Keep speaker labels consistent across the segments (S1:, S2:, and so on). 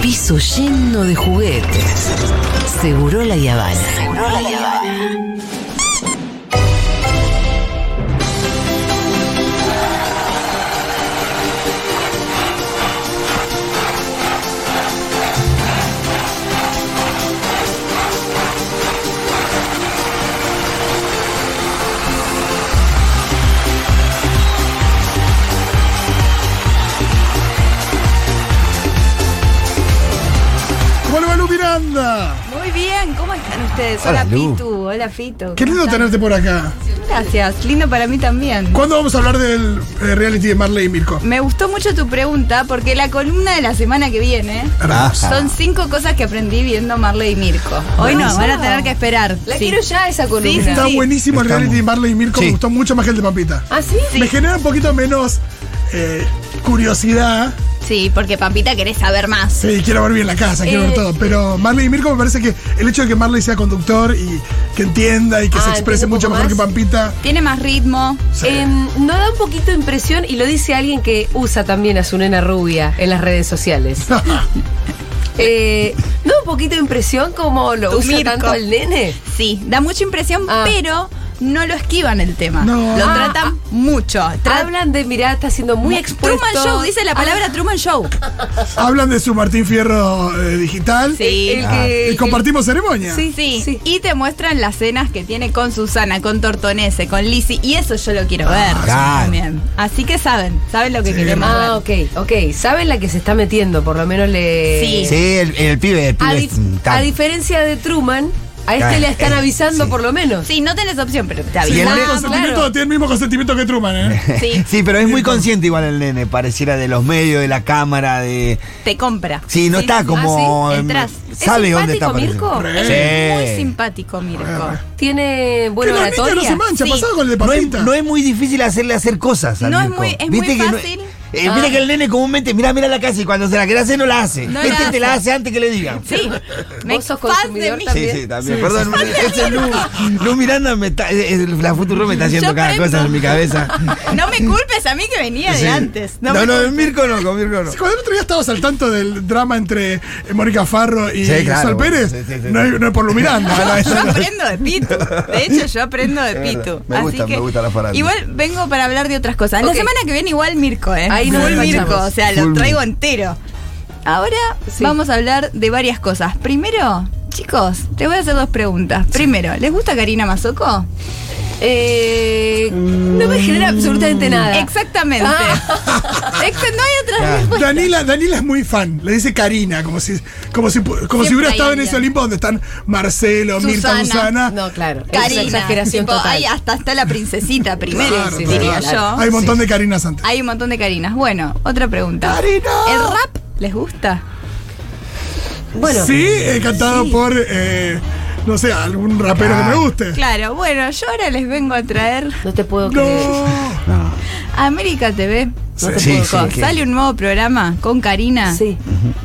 S1: piso lleno de juguetes. Seguro la Yavana.
S2: ¡Vuelve Lu Miranda!
S3: Muy bien, ¿cómo están ustedes? Hola, Pitu, hola Fito.
S2: Qué lindo tenerte por acá.
S3: Gracias, lindo para mí también.
S2: ¿Cuándo vamos a hablar del eh, reality de Marley y Mirko?
S3: Me gustó mucho tu pregunta porque la columna de la semana que viene
S2: Ah.
S3: son cinco cosas que aprendí viendo Marley y Mirko. Hoy no, van a tener que esperar. La quiero ya esa columna.
S2: Está buenísimo el reality de Marley y Mirko, me gustó mucho más que el de Pampita.
S3: ¿Ah, sí?
S2: Me
S3: Sí.
S2: genera un poquito menos eh, curiosidad.
S3: Sí, porque Pampita querés saber más.
S2: Sí, quiero ver bien la casa, quiero ver
S3: Eh.
S2: todo. Pero Marley y Mirko me parece que el hecho de que Marley sea conductor y que entienda y que
S4: Ah,
S2: se exprese
S4: entiende un
S2: mucho
S4: poco
S2: mejor que
S4: más.
S2: Pampita.
S3: Tiene más ritmo.
S2: Sí.
S4: Em, no da un poquito de impresión y lo dice alguien que usa también a su nena rubia en las redes sociales. Eh, ¿No da un poquito de impresión como lo
S3: Tu
S4: usa
S3: Mirko.
S4: tanto el nene?
S3: Sí, da mucha impresión,
S4: Ah.
S3: pero no lo esquivan el tema.
S2: No.
S3: Lo
S2: Ah,
S3: tratan mucho. Tra-
S4: Hablan de, mirá, está siendo muy expuesto.
S3: Truman Ah. Show, dice la palabra Truman Show.
S2: Hablan de su Martín Fierro eh, digital.
S3: Sí.
S4: El que-
S2: Y compartimos ceremonia.
S3: Sí, sí,
S4: Sí.
S3: Y te muestran las cenas que tiene con Susana, con Tortonese, con Lizzie. Y eso yo lo quiero ver
S5: claro.
S3: también. Así que saben, saben lo que queremos
S4: Ah,
S3: ver.
S4: ok, ok. Saben la que se está metiendo, por lo menos le...
S3: Sí.
S5: Sí, el, el pibe, el
S4: A,
S5: pibe.
S4: dif-
S5: es, mm, tal.
S4: a diferencia de Truman, a este
S5: Ah,
S4: le están
S5: eh,
S4: avisando
S5: sí.
S4: por lo menos.
S3: Sí, no tenés opción, pero te
S5: Sí,
S2: Tiene el,
S3: avisan.
S5: Ah,
S2: mismo consentimiento-
S4: claro.
S2: tiene el mismo consentimiento que Truman, ¿eh?
S3: Sí,
S5: Sí, pero es muy consciente igual el nene, pareciera de los medios, de la cámara, de...
S3: te compra.
S5: Sí, no está
S3: sí.
S5: como...
S3: Ah, sí, entras.
S4: ¿Es
S5: Sabe dónde está.
S4: simpático,
S5: parece.
S2: Mirko?
S3: Es muy
S5: Sí. Ah.
S3: simpático, Mirko.
S4: Tiene
S2: Que
S4: buena
S2: la hornita
S4: oratoria.
S2: no se mancha,
S3: Sí.
S2: pasado con el de
S5: No es,
S2: Pampita.
S5: no es muy difícil hacerle hacer cosas. al
S3: No es
S5: Mirko.
S3: muy- es muy fácil. Ah.
S5: eh, Viste que el nene comúnmente, mira, mira la casa y cuando se la quiere hacer no la hace.
S3: No la
S5: este
S3: hace.
S5: te la hace antes que le digan.
S3: Sí, me
S4: Vos sos
S3: fan de
S4: consumidor
S3: mí.
S4: también.
S5: Sí, sí, también. Perdón, ese Lu, Lu Miranda me está, eh, eh, la Futuro me está haciendo
S3: Yo
S5: cada
S3: prendo.
S5: cosa en mi cabeza.
S3: No me culpes a mí que venía
S5: Sí.
S3: de antes.
S5: No,
S3: me
S5: no,
S3: culpes.
S5: Mirko no, con Mirko no.
S2: Sí, Cuando el otro día estabas al tanto del drama entre eh, Mónica Farro y
S5: Sí, claro,
S2: Sol
S5: bueno,
S2: Pérez,
S5: sí, sí, sí.
S2: no, es, no es por Lumiranda.
S5: Ah,
S3: Yo,
S2: ¿no?
S3: yo aprendo de Pitu. De hecho, yo aprendo de
S5: Es verdad.
S3: Pitu.
S5: Eh, Me gusta,
S3: Así que
S5: me gusta la farándula.
S3: Igual vengo para hablar de otras cosas. La
S4: Ok.
S3: semana que viene igual Mirko, ¿eh?
S4: Ahí nos
S3: Full
S4: enganchamos.
S3: Mirko, o sea, lo
S5: Full
S3: traigo entero. Ahora
S4: Sí.
S3: vamos a hablar de varias cosas. Primero, chicos, te voy a hacer dos preguntas. Primero, ¿les gusta Karina Mazoco?
S4: Eh, no me genera absolutamente nada. Ah.
S3: Exactamente. Exa- no hay otra
S5: Claro.
S3: respuesta.
S2: Danila, Danila es muy fan, le dice Karina, como si, como si, como si
S3: Siempre
S2: hubiera
S3: hay
S2: estado en
S3: alguien.
S2: ese Olimpo donde están Marcelo, Mirta,
S3: Susana.
S2: Susana.
S4: No, claro. Es
S3: Karina.
S4: una exageración
S3: tipo,
S4: total.
S3: hay hasta está la princesita primero,
S2: Claro,
S3: diría
S4: claro.
S3: yo.
S2: Hay un montón de Karinas antes.
S3: Hay un montón de Karinas. Bueno, otra pregunta.
S2: ¡Karina!
S3: ¿El rap les gusta?
S4: Bueno,
S2: sí, eh, cantado por, eh, no sé, algún rapero que me guste.
S3: Claro, bueno, yo ahora les vengo a traer
S4: no te puedo creer.
S2: No.
S5: No.
S3: América TV.
S5: Sí, sí,
S3: Chicos,
S5: sí.
S3: sale un nuevo programa con Karina.
S4: Sí.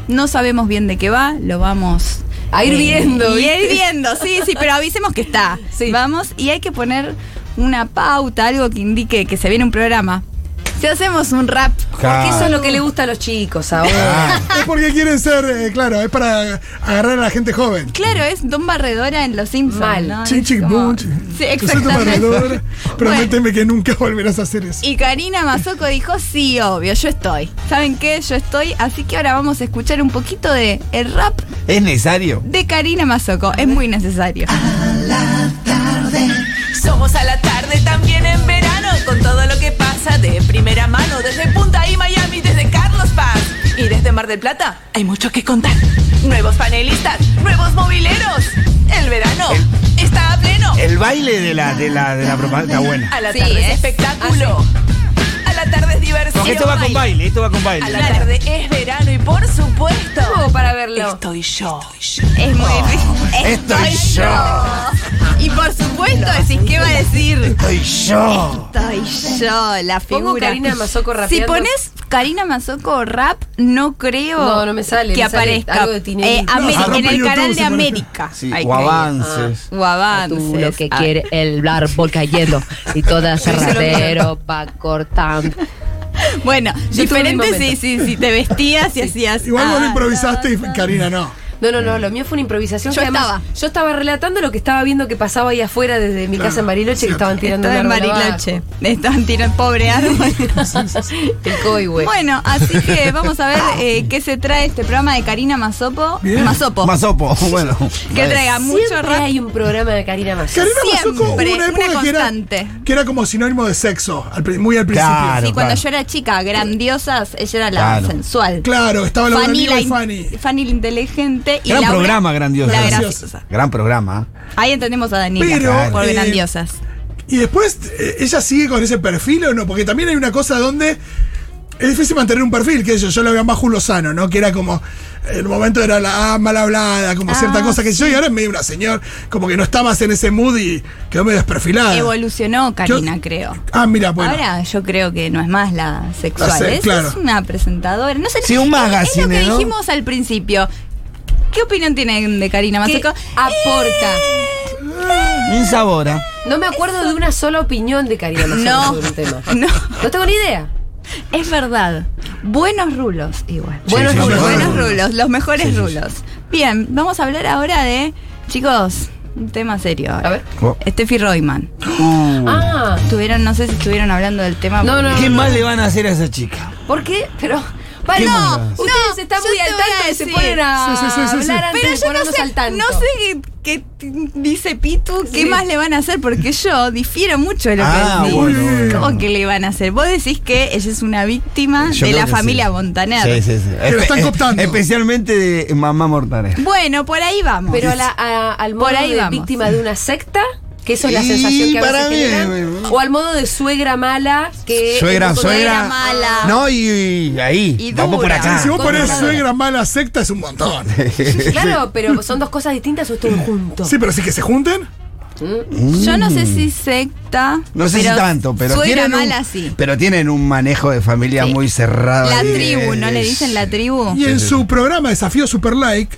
S3: No sabemos bien de qué va, lo vamos
S4: A ir
S3: eh,
S4: viendo,
S3: Y
S4: ¿viste?
S3: ir viendo, sí, sí, pero avisemos que está.
S4: Sí.
S3: Vamos, y hay que poner una pauta, algo que indique que se viene un programa. Si hacemos un rap,
S4: Porque eso es
S5: Claro.
S4: lo que le gusta a los chicos ahora.
S5: Ah,
S2: Es porque quieren ser, eh, claro, es para agarrar a la gente joven.
S3: claro, es Don Barredora en Los Simpsons.
S4: Mal.
S3: ¿no?
S2: Chin,
S3: Es
S2: chin,
S3: como-
S2: boom, chin.
S3: Sí,
S2: Yo soy tu
S3: exactamente.
S2: perdedor, Prométeme que nunca volverás a hacer eso.
S3: Y Karina Mazoco dijo, sí, obvio, yo estoy. ¿Saben qué? Yo estoy. Así que ahora vamos a escuchar un poquito de el rap
S5: ¿Es necesario?
S3: de Karina Mazoco. Es muy necesario.
S6: Somos a la tarde también en verano con todo lo que pasa de primera mano desde Punta y Miami, desde Carlos Paz y desde Mar del Plata. Hay mucho que contar. Nuevos panelistas, nuevos mobileros. El verano está a pleno.
S5: El baile de la, de la, de la propaganda está bueno.
S6: A la
S3: Sí,
S6: tarde es,
S3: es
S6: espectáculo. A la tarde es diversión.
S5: Esto va con baile, esto va con
S6: A
S5: baile.
S6: la tarde es verano y por supuesto
S4: Todo para verlo.
S6: estoy yo.
S3: Es muy...
S5: Estoy yo,
S3: Y por supuesto decís, ¿qué va a decir?
S5: estoy yo.
S3: Estoy yo, la figura.
S4: Pongo Karina Mazoco
S3: Si
S4: rapeando.
S3: pones Karina Mazoco rap, no creo
S4: No, no me sale,
S3: que
S4: me sale
S3: aparezca
S4: algo de Tinelli.
S3: Eh,
S4: No,
S3: América-
S2: rompe
S3: en el
S2: YouTube,
S3: canal
S2: se
S3: de
S2: pone-
S3: América.
S5: Ah, Sí,
S3: Hay
S5: o
S3: que ir.
S5: avances.
S3: O avances.
S7: Tú lo que
S3: Ah,
S7: quiere el árbol cayendo y toda cerradero va cortando.
S3: Bueno,
S4: Yo tuve mi
S3: diferente
S4: momento.
S3: sí, sí, sí, te vestías y hacías.
S2: Igual vos
S3: ah,
S2: lo improvisaste y Karina no.
S4: No, no, no, lo mío fue una improvisación.
S3: Yo
S4: que además-
S3: estaba.
S4: Yo estaba relatando lo que estaba viendo que pasaba ahí afuera desde mi
S2: Claro,
S4: casa en Bariloche, que
S2: cierto.
S4: estaban tirando
S3: Estaba en
S4: mierda abajo.
S3: Bariloche. Estaban tirando pobre árbol.
S4: El coihue.
S3: Bueno, así que vamos a ver eh, qué se trae este programa de Karina Masopo.
S2: Bien.
S3: Masopo.
S5: Masopo, bueno.
S3: que traiga mucho
S4: Siempre
S3: rap.
S4: hay un programa de Karina Massa.
S2: Karina Mazzocco hubo
S3: Siempre,
S2: una época
S3: una
S2: que, era,
S3: constante.
S2: que era como sinónimo de sexo, al pri- muy al principio.
S5: Claro.
S3: Y cuando yo era chica, grandiosas, ella era la
S5: Claro.
S3: sensual.
S2: Claro, estaba la
S3: Fanny,
S2: amiga
S3: la
S2: y
S3: in-
S2: Fanny.
S3: Fanny la inteligente. Y
S5: Gran
S3: Laura,
S5: programa, grandioso.
S3: La
S5: Grandioso.
S3: graciosa.
S5: Gran programa.
S3: Ahí entendemos a Daniela
S2: Pero,
S3: por
S2: eh,
S3: grandiosas.
S2: Y después, eh, ¿ella sigue con ese perfil o no? Porque también hay una cosa donde es difícil mantener un perfil, que yo, yo la veo más Julio Sano, ¿no? Que era como, el momento era la ah, mal hablada, como cierta
S3: Ah,
S2: cosa que yo, y ahora es medio una señora, como que no está más en ese mood y quedó medio desperfilada.
S3: Evolucionó Karina, creo.
S2: Ah, mira, bueno.
S3: Ahora yo creo que no es más la sexual,
S2: La se-
S3: es,
S2: claro.
S3: es una presentadora. No sé,
S5: Sí, un
S3: es-
S5: magazine,
S3: Es lo que
S5: ¿no?
S3: dijimos al principio. ¿Qué opinión tienen de Karina
S4: ¿Qué
S3: Mazoco?
S4: aporta?
S5: Insabora.
S4: No me acuerdo de una sola opinión de Karina Massa
S3: No,
S4: sobre un tema.
S3: no,
S4: No tengo ni idea.
S3: es verdad. Buenos rulos, igual.
S5: Sí,
S4: Buenos
S5: sí,
S4: rulos.
S5: sí.
S3: Buenos
S5: rulos.
S3: rulos, los mejores
S5: Sí, sí, sí.
S3: rulos. Bien, vamos a hablar ahora de, chicos, un tema serio. ahora.
S4: A ver.
S5: Oh.
S3: Steffi Royman.
S5: Uh.
S4: Ah,
S3: Estuvieron, no sé si estuvieron hablando del tema.
S4: No, no.
S5: ¿Qué más le van a hacer a esa chica?
S4: ¿por qué? Pero.
S5: ¿Qué
S4: Vale,
S5: No,
S4: no,
S5: mangas?
S4: ustedes están
S3: yo
S4: muy al
S3: te voy a
S4: tanto y se
S3: decir.
S4: ponen a
S2: Sí, sí, sí, sí, sí.
S4: hablar antes
S3: Pero
S4: de
S3: yo no
S4: ponernos al
S3: sé,
S4: tanto.
S3: no sé qué, qué t- dice Pitu, qué
S4: Sí.
S3: más le van a hacer, porque yo difiero mucho de lo
S5: Ah,
S3: que decís.
S5: bueno, bueno.
S3: ¿Cómo que le van a hacer? Vos decís que ella es una víctima
S5: Yo
S3: de
S5: creo
S3: la
S5: que
S3: familia
S5: sí.
S3: Montaner.
S5: Sí, sí, sí.
S2: lo están
S5: Espe-
S2: cooptando.
S5: Especialmente de mamá Mortaner.
S3: Bueno, por ahí vamos.
S4: Pero a la- a- al modo
S3: Por ahí
S4: de
S3: vamos.
S4: víctima de una secta, que eso es la
S5: Y
S4: sensación que a veces
S5: para mí,
S4: generan,
S3: eh.
S5: bueno.
S4: O al modo de suegra mala, que.
S5: Suegra,
S4: es un-
S5: suegra.
S3: mala.
S5: No, y, y ahí.
S3: Y
S5: Vamos por
S3: dura.
S5: acá.
S2: si vos
S4: Con
S2: ponés
S4: una-
S2: suegra mala secta es un montón.
S4: Claro, pero son dos cosas distintas o estén juntos.
S2: sí, pero sí que se junten.
S3: Yo no sé si secta.
S5: Mm. No sé si tanto, pero
S3: suena
S5: tienen,
S3: mala,
S5: un,
S3: sí.
S5: pero tienen un manejo de familia
S3: Sí.
S5: muy cerrado.
S3: La
S5: ahí,
S3: tribu,
S5: eh,
S3: ¿no le
S5: es-
S3: dicen la tribu?
S2: Y en su programa Desafío Super Like,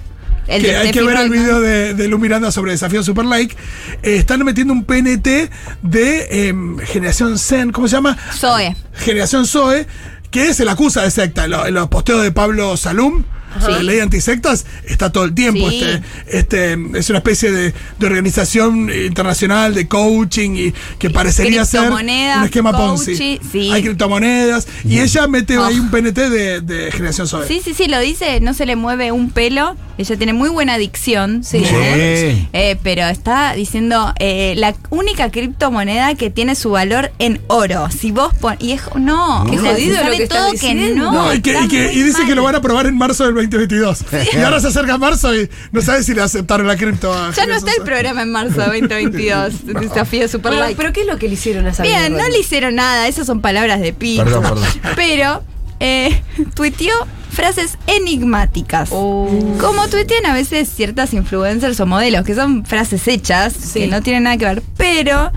S3: El
S2: que
S3: de
S2: hay que
S3: Steffi
S2: ver el
S3: Royman.
S2: video de, de Lu Miranda sobre Desafío Super Like, eh, están metiendo un PNT de em, Generación Zen, ¿cómo se llama?
S3: Zoe.
S2: Generación Zoe, que se la acusa de secta. Lo- los posteos de Pablo Salum, la ley antisectas, está todo el tiempo.
S3: Sí.
S2: Este, este Es una especie de, de organización internacional de coaching y que parecería ser un
S3: criptomonedas,
S2: esquema Ponzi.
S3: coachi- sí.
S2: Hay criptomonedas. Y ella mete ahí
S3: Oh.
S2: un PNT de, de Generación Zoe.
S3: Sí, sí, sí, lo dice, no se le mueve un pelo. Ella tiene muy buena adicción. Sí.
S5: Sí.
S3: Eh, pero está diciendo eh, la única criptomoneda que tiene su valor en oro. Si vos pon y es no,
S4: Qué
S3: o sea,
S4: jodido
S3: se sabe
S4: lo que estás
S3: todo que
S4: diciendo.
S3: no.
S2: No, y, que,
S3: está
S2: y que-
S3: muy
S2: y dice
S3: mal.
S2: que lo van a probar en marzo del 2022. Y ahora se acerca marzo y no sabe si le aceptaron la cripto. a
S3: Ya no
S2: Generación
S3: está el
S2: Zoe.
S3: programa en marzo de 2022. Desafío Super
S4: Pero,
S3: Like.
S4: pero ¿qué es lo que le hicieron a esa
S3: Bien,
S4: mierda?
S3: no le hicieron nada, esas son palabras de pico.
S5: Perdón, perdón.
S3: Pero eh, tuiteó frases enigmáticas.
S4: Oh.
S3: Como tuitean a veces ciertas influencers o modelos, que son frases hechas, que no tienen nada que ver, pero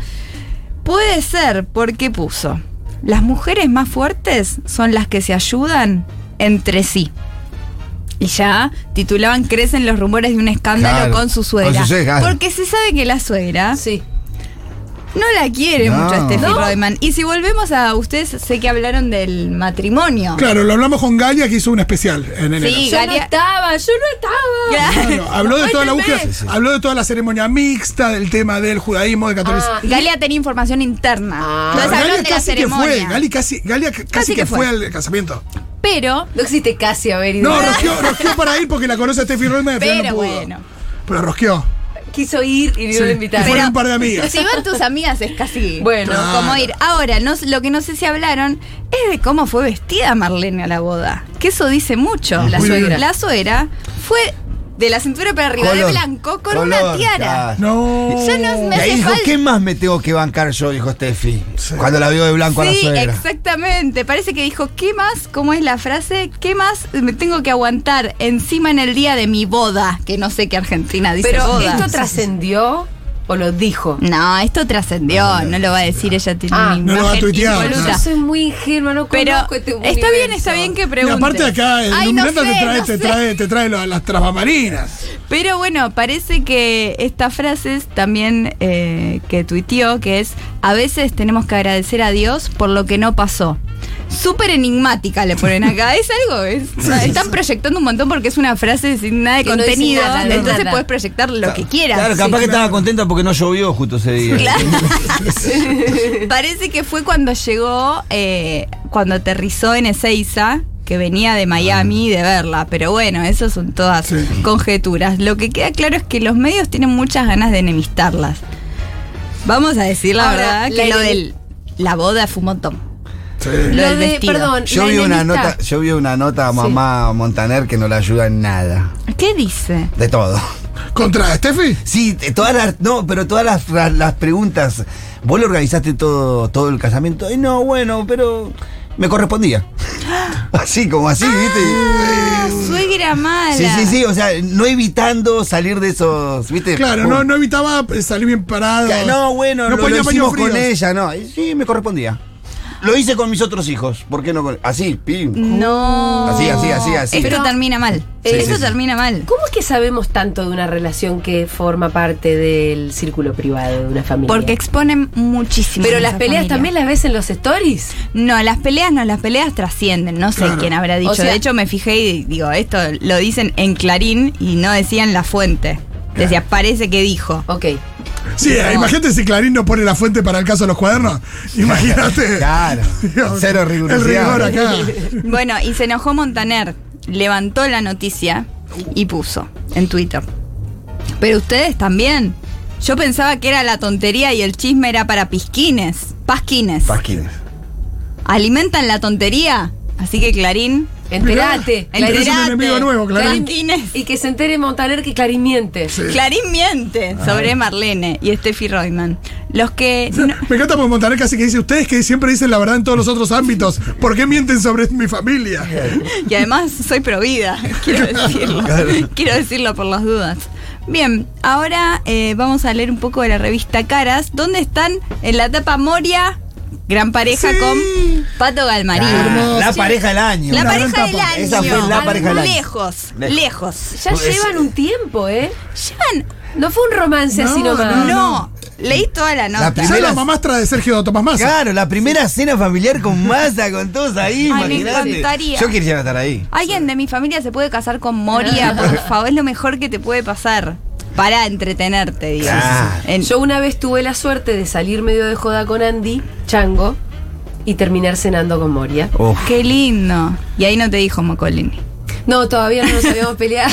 S3: puede ser porque puso. Las mujeres más fuertes son las que se ayudan entre sí. Y ya titulaban Crecen los rumores de un escándalo
S5: Claro,
S3: con su
S5: con
S3: suegra.
S5: su suegra, claro.
S3: Porque se sabe que la suegra
S4: Sí.
S3: no la quiere
S5: No.
S3: mucho a Steffi
S5: No.
S3: Royman. Y si volvemos a ustedes, sé que hablaron del matrimonio.
S2: Claro, lo hablamos con Galia que hizo un especial en enero.
S3: Sí,
S4: Yo no
S3: Galia-
S4: estaba, yo no estaba.
S2: Claro, habló de toda la búsqueda,
S4: Cuénteme.
S2: habló de toda la ceremonia mixta, del tema del judaísmo, del catolicismo.
S4: Ah,
S3: Galia tenía información interna.
S4: Ah.
S3: Entonces
S2: Galia
S3: hablaron de la
S2: casi que
S3: ceremonia.
S2: fue, Galia casi, Galia ca- casi, que,
S3: que
S2: fue.
S3: fue.
S2: al casamiento.
S3: Pero,
S4: No existe casi haber ido.
S2: No, rosqueó, rosqueó para ir porque la conoce a Steffi Rollman y al final
S3: Pero
S2: no pudo.
S3: bueno.
S2: Pero rosqueó.
S4: Quiso ir y no
S2: Sí.
S4: lo
S2: Y
S4: invitaron.
S2: fueron
S3: Pero-
S2: un par de amigas.
S3: si van tus amigas es casi
S4: Bueno.
S3: como ir. Ahora, no, lo que no sé si hablaron es de cómo fue vestida Marlene a la boda. Que eso dice mucho.
S4: La
S2: Muy
S4: suegra.
S2: bien.
S3: La suera fue de la cintura para arriba, de
S5: Color-
S3: blanco, con una
S5: color,
S3: tiara.
S5: claro.
S2: No.
S3: Yo no me
S5: Y ahí
S3: hace
S5: dijo,
S3: falta.
S5: ¿qué más me tengo que bancar yo? Dijo Steffi.
S2: Sí.
S5: Cuando la vio de blanco a la
S3: Sí,
S5: suegra.
S3: exactamente. Parece que dijo, ¿qué más? ¿Cómo es la frase? ¿Qué más me tengo que aguantar encima en el día de mi boda? Que no sé qué Argentina dice
S4: Pero
S3: boda.
S4: esto trascendió o lo dijo.
S3: No, esto trascendió. No lo va a decir ella tiene una
S4: Ah, no
S2: lo va a
S3: imagen
S2: tuitear,
S3: impoluta.
S2: no.
S4: Yo soy muy ingenua, no
S3: Pero
S4: conozco este
S3: está bien, está bien que
S2: Y
S3: pregunte.
S2: aparte acá, el
S3: Ay, no
S2: Luminata
S3: sé,
S2: te trae,
S3: no
S2: te
S3: sé.
S2: trae, te trae lo- las trasbambarinas.
S3: Pero bueno, parece que estas frases también eh, que tuiteó, que es, a veces tenemos que agradecer a Dios por lo que no pasó. Súper enigmática le ponen acá. Es algo, es- o sea, están proyectando un montón porque es una frase sin nada de
S4: Que no dice
S3: contenido.
S4: nada, no
S3: entonces
S4: nada.
S3: puedes proyectar lo que quieras.
S5: Claro,
S3: Sí.
S5: capaz que estaba contenta porque no llovió justo ese día.
S3: Parece que fue cuando llegó, eh, cuando aterrizó en Ezeiza, que venía de Miami
S5: Ah.
S3: de verla. Pero bueno, eso son todas
S2: Sí.
S3: conjeturas. Lo que queda claro es que los medios tienen muchas ganas de enemistarlas. Vamos a decir la
S4: Ahora,
S3: verdad
S4: la
S3: que lo
S4: enemi-
S3: del la boda fue un montón.
S2: Sí.
S3: Lo
S4: Lo
S3: del
S4: de,
S3: vestido.
S4: perdón,
S5: Yo
S4: la
S5: vi una
S4: enemistad.
S5: nota, yo vi una nota a mamá Montaner que no le ayuda en nada.
S3: ¿Qué dice?
S5: De todo.
S2: ¿Contra Steffi?
S5: Sí, te- todas las. No, pero todas las, las- las preguntas. Vos le organizaste todo, todo el casamiento. Y no, bueno, pero me correspondía. Así, como así, ¿viste?
S3: Ah, suegra mala.
S5: Sí, sí, sí, o sea, no evitando salir de esos, ¿viste?
S2: Claro,
S5: Como-
S2: no, no evitaba eh, salir bien parado.
S5: que, No, bueno,
S2: no
S5: lo,
S2: ponía
S5: lo
S2: paños
S5: hicimos con
S2: fríos.
S5: ella, no. Y Sí, me correspondía. Lo hice con mis otros hijos, ¿por qué no con.? Así,
S3: Mm.
S5: pim.
S3: No.
S5: Así, así, así, así.
S3: Esto
S5: Pero-
S3: termina mal.
S5: Sí,
S3: Esto
S5: sí, sí.
S3: termina mal.
S4: ¿Cómo es que sabemos tanto de una relación que forma parte del círculo privado de una familia?
S3: Porque exponen muchísimo.
S4: pero
S3: a
S4: las
S3: esa
S4: peleas
S3: familia.
S4: también las ves en los stories.
S3: No, las peleas no, las peleas trascienden. No sé
S2: Claro.
S3: quién habrá dicho.
S4: O sea-
S3: de hecho, me fijé y digo, esto lo dicen en Clarín y no decían la fuente. Decía, parece que dijo.
S4: Ok.
S2: Sí, eh, imagínate si Clarín no pone la fuente para el caso de los cuadernos. Imagínate.
S5: Claro.
S2: Dios,
S5: Cero
S2: El rigor
S5: rigurosidad.
S2: acá.
S3: Bueno, y se enojó Montaner. Levantó la noticia y puso en Twitter. Pero ustedes también. Yo pensaba que era la tontería y el chisme era para pisquines. Pasquines.
S5: Pasquines.
S3: Alimentan la tontería. Así que Clarín.
S4: Enterate.
S2: Mirá,
S4: Clarín-
S2: es un enemigo nuevo, Clarín.
S3: Pasquines.
S4: Y que se entere Montaner que Clarín miente.
S2: Sí.
S3: Clarín miente sobre Marlene y Steffi Royman. Los que. no-
S2: Me encanta porque Montaner casi que dice, ustedes que siempre dicen la verdad en todos los otros ámbitos, ¿por qué mienten sobre mi familia?
S3: y además soy provida, quiero decirlo. Quiero decirlo por las dudas. Bien, ahora eh, vamos a leer un poco de la revista Caras, donde están en la etapa Moria, gran pareja
S2: Sí.
S3: con Pato Galmarín.
S5: Ah, la
S3: Sí.
S5: pareja del año.
S3: La
S5: Una gran
S3: pareja del
S5: tapa.
S3: año.
S5: Esa fue la pareja del año.
S3: Lejos,
S5: Lejos.
S3: lejos.
S4: Ya
S5: Pues-
S4: llevan un tiempo, ¿eh?
S3: Llevan.
S4: No fue un romance así
S2: No,
S4: nomás.
S2: Ah,
S3: No, leí toda la nota.
S2: Son
S5: primera-
S2: la mamastra de Sergio Tomás Massa.
S5: Claro, la primera cena familiar con masa, con todos ahí,
S3: Ay, me
S5: imagínate.
S3: encantaría.
S5: Yo quisiera estar ahí.
S3: Alguien de mi familia se puede casar con Moria, por favor, es lo mejor que te puede pasar. Para entretenerte, digo.
S5: Claro.
S3: En-
S4: Yo una vez tuve la suerte de salir medio de joda con Andy, Chango, y terminar cenando con Moria.
S5: Uf.
S3: Qué lindo. Y ahí no te dijo Mocolini.
S4: No, todavía no nos habíamos peleado.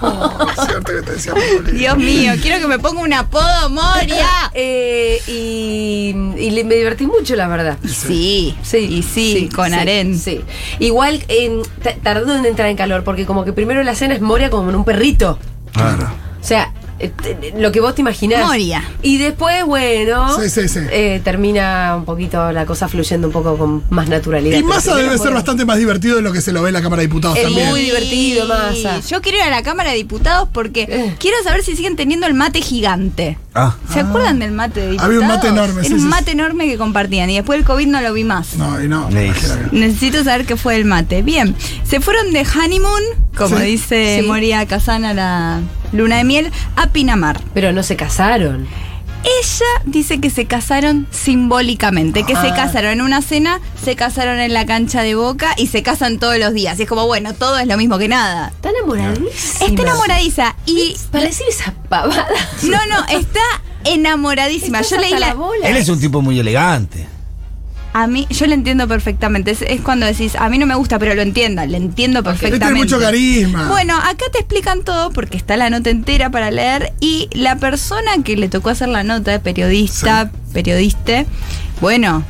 S2: Cierto que te decía Montaner.
S3: Dios mío, quiero que me ponga un apodo, Moria.
S4: Eh, y y le- me divertí mucho, la verdad.
S3: Y sí,
S4: Sí,
S3: y sí, con
S4: sí,
S3: harén.
S4: Sí. Igual en, ta- tardó en entrar en calor, porque como que primero la cena es Moria como en un perrito. O sea, eh, te- lo que vos te imaginás.
S3: Moria.
S4: Y después, bueno,
S2: Sí, sí, sí.
S4: eh, termina un poquito la cosa fluyendo un poco con más naturalidad.
S2: Y
S4: Pero
S2: Massa
S4: primero
S2: debe ser
S4: Moria.
S2: bastante más divertido de lo que se lo ve en la Cámara de Diputados
S4: Es
S2: también.
S4: muy divertido, Massa.
S3: Yo quiero ir a la Cámara de Diputados porque
S4: Eh.
S3: quiero saber si siguen teniendo el mate gigante.
S5: Ah.
S3: ¿Se acuerdan del mate de diputados?
S2: Había un mate enorme,
S3: Era
S2: sí,
S3: un
S2: sí,
S3: mate enorme que compartían y después el COVID no lo vi más.
S2: No, y no. Este
S5: Sí.
S3: Necesito saber qué fue el mate. Bien, se fueron de honeymoon, como
S2: Sí.
S3: dice
S4: Sí.
S3: Moria Casana, la luna de miel, a Pinamar.
S4: Pero no se casaron.
S3: Ella dice que se casaron simbólicamente, que
S2: Ah.
S3: se casaron en una cena, se casaron en la cancha de boca y se casan todos los días. Y es como, bueno, todo es lo mismo que nada.
S4: Está enamoradísima.
S3: Está enamoradiza y...
S4: Para decir esa pavada.
S3: No, no, está enamoradísima.
S4: Estás
S3: Yo leí
S4: hasta
S3: la...
S4: bola.
S5: Él es un tipo muy elegante.
S3: A mí, yo lo entiendo perfectamente. Es, es cuando decís, a mí no me gusta, pero lo entienda, le entiendo
S2: Él
S3: perfectamente.
S2: tiene Este mucho carisma.
S3: Bueno, acá te explican todo porque está la nota entera para leer y la persona que le tocó hacer la nota, periodista, periodiste, bueno,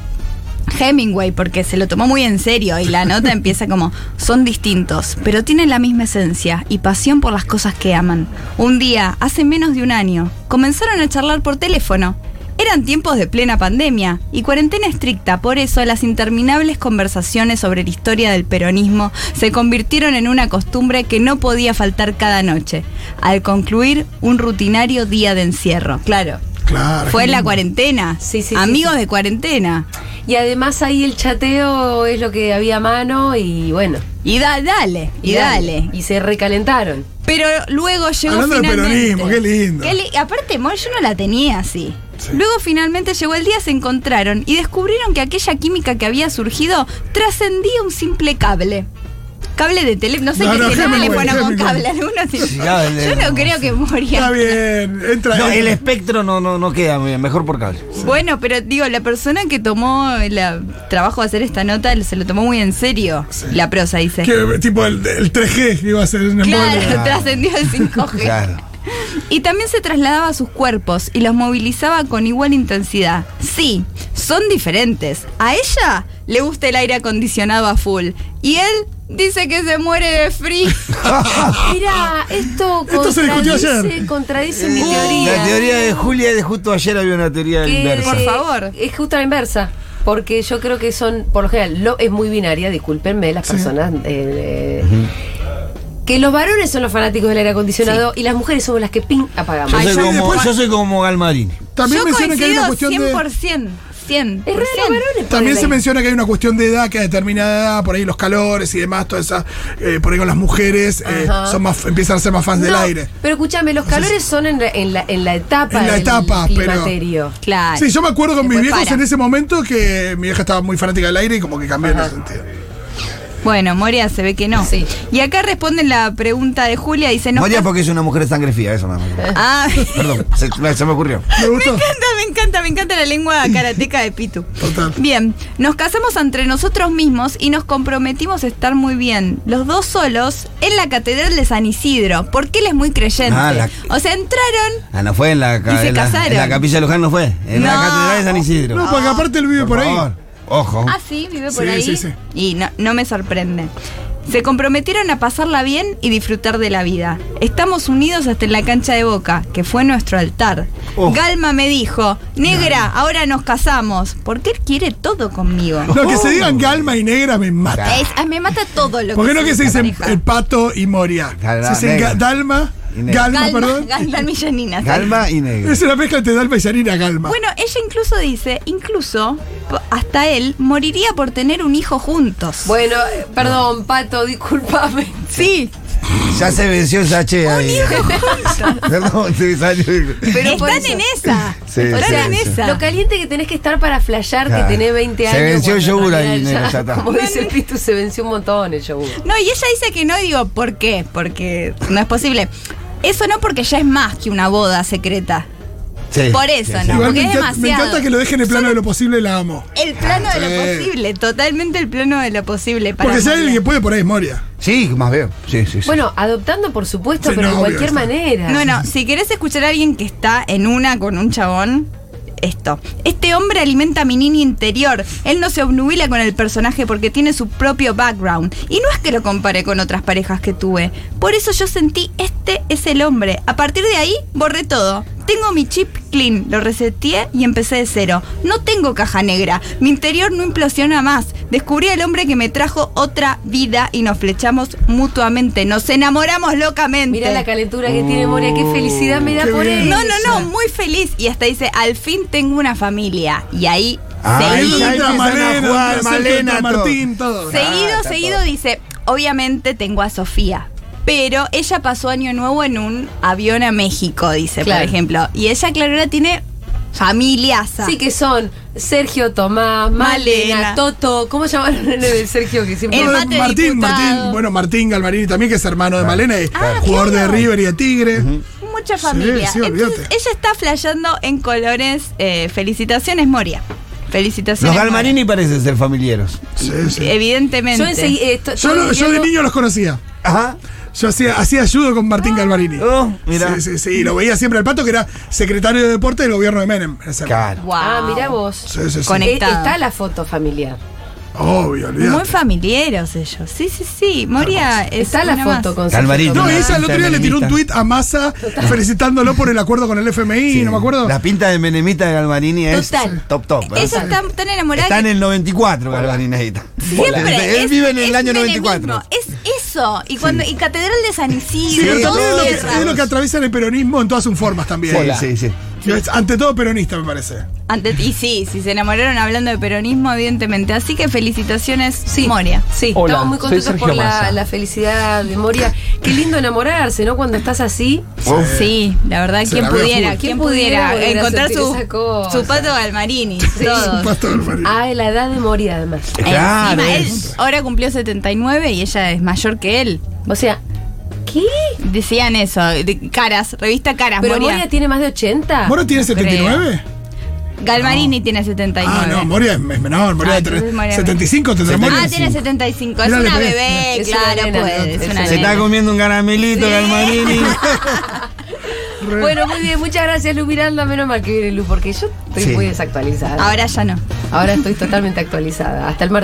S3: Hemingway, porque se lo tomó muy en serio y la nota empieza como, son distintos, pero tienen la misma esencia y pasión por las cosas que aman. Un día, hace menos de un año, comenzaron a charlar por teléfono. Eran tiempos de plena pandemia y cuarentena estricta, por eso las interminables conversaciones sobre la historia del peronismo se convirtieron en una costumbre que no podía faltar cada noche. Al concluir, un rutinario día de encierro. Claro.
S2: Claro.
S3: Fue la cuarentena.
S4: Sí, sí, sí,
S3: Amigos
S4: sí.
S3: de cuarentena.
S4: Y además ahí el chateo es lo que había a mano y bueno.
S3: Y da- dale, y dale.
S4: Y se recalentaron.
S3: Pero luego llegó
S2: Hablando de
S3: finalmente.
S2: peronismo, qué lindo.
S3: Qué li- aparte, Moy, yo no la tenía así. Luego finalmente llegó el día, se encontraron y descubrieron que aquella química que había surgido trascendía un simple cable. Cable de teléfono, no sé
S2: No,
S3: qué
S2: no,
S3: tiene
S2: Hemingway,
S3: teléfono con
S2: Hemingway.
S3: cable alguno tiene-
S5: cable,
S3: Yo no
S5: no.
S3: creo que
S2: Está
S3: moría.
S2: bien, entra.
S5: No, el
S2: entra.
S5: espectro no, no, no queda muy bien, mejor por cable.
S3: Bueno, pero digo, la persona que tomó el ah, trabajo de hacer esta nota se lo tomó muy en serio. La prosa dice.
S2: Que, tipo el, el 3G que iba a ser un
S3: Este. Claro,
S2: embole.
S3: trascendió el 5G.
S5: Claro.
S3: Y también se trasladaba a sus cuerpos y los movilizaba con igual intensidad. Sí, son diferentes. A ella le gusta el aire acondicionado a full. Y él dice que se muere de frío.
S4: Mira, esto,
S2: Esto se discutió
S4: contradice,
S2: ayer.
S4: contradice mi
S5: Eh,
S4: teoría.
S5: La teoría de Julia, de justo ayer había una teoría
S4: que-
S5: inversa.
S3: Por favor.
S4: Es justo la inversa. Porque yo creo que son, por lo general, lo, es muy binaria, discúlpenme las personas. eh, eh, que los varones son los fanáticos del aire acondicionado y las mujeres somos las que ping apagamos.
S5: Yo
S2: Ay,
S5: soy,
S2: ya
S5: como,
S2: después-
S5: yo soy como Galmarini.
S2: También
S3: Yo
S2: mencionan que hay una
S3: coincido
S2: cuestión
S3: 100%.
S2: de.
S3: 100%.
S4: es re de los varones.
S2: También se
S4: ponele.
S2: menciona que hay una cuestión de edad, que a determinada edad, por ahí los calores y demás, todas esas, eh, por ahí con las mujeres, eh,
S4: Ajá.
S2: son más, empiezan a ser más fans del
S4: No,
S2: aire.
S4: Pero escúchame, los calores son en la, en la, en la etapa
S2: En la
S4: del
S2: etapa, pero-
S4: climaterio.
S3: Claro.
S2: Sí, yo me acuerdo con mis
S3: Después
S2: viejos
S3: para.
S2: en ese momento que mi vieja estaba muy fanática del aire y como que cambió en ese sentido.
S3: Bueno, Moria se ve que no.
S4: Sí.
S3: Y acá responden la pregunta de Julia. Dice, no.
S5: Moría porque es una mujer de sangre fría, eso nada más.
S3: Ah,
S5: Perdón, se, me- se me ocurrió.
S2: ¿Me gustó?
S3: Me encanta, me encanta, me encanta la lengua karateca de Pitu.
S2: Total.
S3: Bien, nos casamos entre nosotros mismos y nos comprometimos a estar muy bien, los dos solos, en la Catedral de San Isidro, porque él es muy creyente.
S5: Ah, la-
S3: O sea, entraron...
S5: Ah, no fue en la,
S3: Y
S5: ca-
S3: se
S5: en la,
S3: casaron.
S5: en la capilla de Luján, no fue. En la
S3: No.
S5: catedral de San Isidro.
S2: No, porque aparte él vive por, ahí.
S5: favor. Ojo.
S3: Ah, sí, vive por
S2: Sí,
S3: ahí.
S2: sí, sí.
S3: Y no, no me sorprende. Se comprometieron a pasarla bien y disfrutar de la vida. Estamos unidos hasta en la cancha de Boca, que fue nuestro altar.
S5: Oh.
S3: Galma me dijo, negra, ahora nos casamos, porque él quiere todo conmigo.
S2: No, que se digan Galma y Negra me mata.
S3: Es- ah, me mata todo lo
S2: ¿Por
S3: que
S2: qué no que se dicen
S3: pareja.
S2: el pato y Moria?
S5: Galma,
S2: se dicen
S5: Negra.
S2: Ga- Dalma,
S5: Y Negra.
S2: Galma,
S3: Galma,
S2: perdón.
S3: Galma Millanina.
S5: Calma y negro.
S2: Es una mezcla entre Dalma y Yanina Galma.
S3: Bueno, ella incluso dice, incluso p- hasta él moriría por tener un hijo juntos.
S4: Bueno, eh, perdón, Pato, discúlpame.
S3: sí,
S5: Ya se venció el sachet ahí. Perdón, se me salió.
S4: Pero por
S3: están
S4: eso.
S3: en esa.
S5: Sí,
S3: están
S5: sí,
S3: en
S5: sí.
S3: esa.
S4: Lo caliente que tenés que estar para flashear
S5: Claro.
S4: que tenés 20
S5: Se
S4: años.
S5: venció
S4: cuando
S5: el
S4: en
S5: yogur ahí,
S4: realidad
S5: nena, ya está.
S4: Como dice el Pitu, se venció un montón el yogur.
S3: No, y ella dice que no, digo, ¿por qué? Porque no es posible. Eso no porque ya es más que una boda secreta.
S5: Sí,
S3: Por eso,
S5: sí,
S3: no.
S2: Igual
S3: porque
S2: me, encanta, me
S3: es demasiado.
S2: encanta que lo dejen en el plano de lo posible, la amo.
S3: El plano de lo
S5: Sí.
S3: posible, totalmente el plano de lo posible. Para
S2: Porque si hay
S3: Moria.
S2: alguien que puede por ahí es Moria.
S5: Sí, más veo. Sí, sí, sí.
S4: Bueno, adoptando por supuesto,
S2: Sí,
S4: pero
S2: no,
S4: de
S2: obvio,
S4: cualquier
S2: está.
S4: manera.
S3: No, no, si querés escuchar a alguien que está en una con un chabón, esto. Este hombre alimenta a mi niña interior. Él no se obnubila con el personaje porque tiene su propio background. Y no es que lo compare con otras parejas que tuve. Por eso yo sentí, este es el hombre. A partir de ahí, borré todo. Tengo mi chip clean, lo reseteé y empecé de cero. No tengo caja negra. Mi interior no implosiona más. Descubrí al hombre que me trajo otra vida y nos flechamos mutuamente. Nos enamoramos locamente.
S4: Mira la calentura que tiene Moria, qué felicidad me da
S2: Qué
S4: por
S2: bien.
S4: él.
S3: No, no, no, muy feliz. Y hasta dice, al fin tengo una familia. Y ahí,
S2: Ah,
S5: Ahí
S3: seguido,
S5: ya
S2: entra
S5: empiezan a
S2: Malena,
S5: jugar,
S2: entra Sergio,
S5: Malena,
S2: entra
S5: todo.
S2: Martín, todo.
S3: seguido,
S5: está
S3: seguido
S5: todo.
S3: dice, obviamente tengo a Sofía. Pero ella pasó año nuevo en un avión a México, dice,
S4: Claro.
S3: por ejemplo. Y ella, claro, ahora tiene familiaza.
S4: Sí que son Sergio, Tomás, Malena,
S3: Malena.
S4: Toto, ¿cómo llamaron el del Sergio que siempre
S3: El
S2: No,
S3: mate de
S2: Martín,
S3: diputado.
S2: Martín, bueno, Martín Galmarini también, que es hermano de
S5: Claro.
S2: Malena, y
S3: Ah,
S2: jugador
S3: claro.
S2: de River y de Tigre.
S3: Mucha familia.
S2: sí,
S3: Entonces,
S2: olvídate.
S3: ella está flasheando en colores. eh, felicitaciones, Moria.
S5: Los
S3: Felicitaciones. Moria.
S5: Galmarini parecen ser familiaros.
S2: Sí, sí.
S3: Eh, Evidentemente.
S4: Yo enseguida. eh, to-
S2: Yo, lo- yo de niño los conocía.
S5: Ajá.
S2: Yo hacía, hacía ayudo con Martín Galmarini.
S5: Oh, mirá.
S2: Sí, sí, sí. Y lo veía siempre al pato, que era secretario de deporte del gobierno de Menem. en esa época.
S5: Claro.
S3: Wow.
S4: Ah, mira vos.
S2: Sí, sí, sí.
S3: Con
S4: Eh,
S3: Conectado.
S4: Está la foto familiar.
S2: Obvio,
S3: Muy
S2: olvidate.
S3: familiares ellos. Sí, sí, sí. Moria es
S4: Está la
S3: una
S4: foto
S3: más.
S4: con
S5: Calmarín.
S4: Sergio
S2: No,
S4: Tomás.
S2: ella el otro día le tiró un tuit a Massa felicitándolo por el acuerdo con el FMI,
S5: Sí.
S2: no me acuerdo.
S5: La pinta de Menemita de Galmarini es
S4: Total.
S5: top top. ¿eh?
S3: Ella está tan enamorada
S5: Está en
S3: que
S5: el 94, Galmarini. ahí está.
S3: siempre.
S5: Él
S3: es-
S5: vive en el
S3: es
S5: año
S3: menemismo,
S5: 94.
S3: Es eso. Y cuando y Catedral de San
S2: Sí,
S3: Isidro,
S2: pero
S5: Sí,
S3: todo
S2: también es lo,
S5: todos
S2: que,
S3: eso.
S2: es lo que atraviesa el peronismo en todas sus formas también.
S5: Sí, sí, sí.
S2: No, es ante todo peronista, me parece.
S3: Antes, y sí, si se enamoraron hablando de peronismo, evidentemente. Así que felicitaciones, Moria.
S4: Sí,
S7: Hola,
S4: estamos muy
S7: soy
S4: contentos
S7: Sergio
S4: por la,
S7: Massa.
S4: la felicidad de Moria. Qué lindo enamorarse, ¿no? Cuando estás así.
S3: Sí, la verdad,
S2: Se
S3: quien
S2: la veo
S3: pudiera,
S2: full.
S3: quien
S4: ¿Quién pudiera
S3: pudiera
S4: volver a
S3: encontrar
S4: sentir
S3: su,
S4: esa cosa?
S3: su pato Galmarini, todos.
S2: Pasto del Marín.
S4: Ah, la edad de Moria, además.
S5: Claro,
S3: Encima, él
S5: es.
S3: ahora cumplió 79 y ella es mayor que él.
S4: O sea, ¿qué?
S3: Decían eso, de caras, revista Caras,
S4: ¿Pero
S3: Moria.
S4: Moria. tiene más de 80?
S2: ¿Moro tiene 79?
S3: Galmarini tiene 79.
S2: Ah, no, Ah, Moria es es menor. Moria
S3: Ah,
S2: de tre-
S3: entonces Moria-
S2: 75 tendrá Moria.
S3: Ah, tiene 75. Es
S2: Mira, le
S3: una
S2: pegué.
S3: bebé,
S4: Es una
S3: claro,
S4: nena,
S3: puede.
S4: ¿no?
S3: Es
S4: Es
S3: una
S4: una
S5: Se está
S3: nena.
S5: comiendo un caramelito,
S3: Sí.
S5: Galmarini.
S4: Bueno, muy bien, muchas gracias, Lu Miranda. Menos mal que viene Lu, porque yo estoy
S5: Sí.
S4: muy desactualizada.
S3: Ahora ya no.
S4: Ahora estoy totalmente actualizada. Hasta el martes.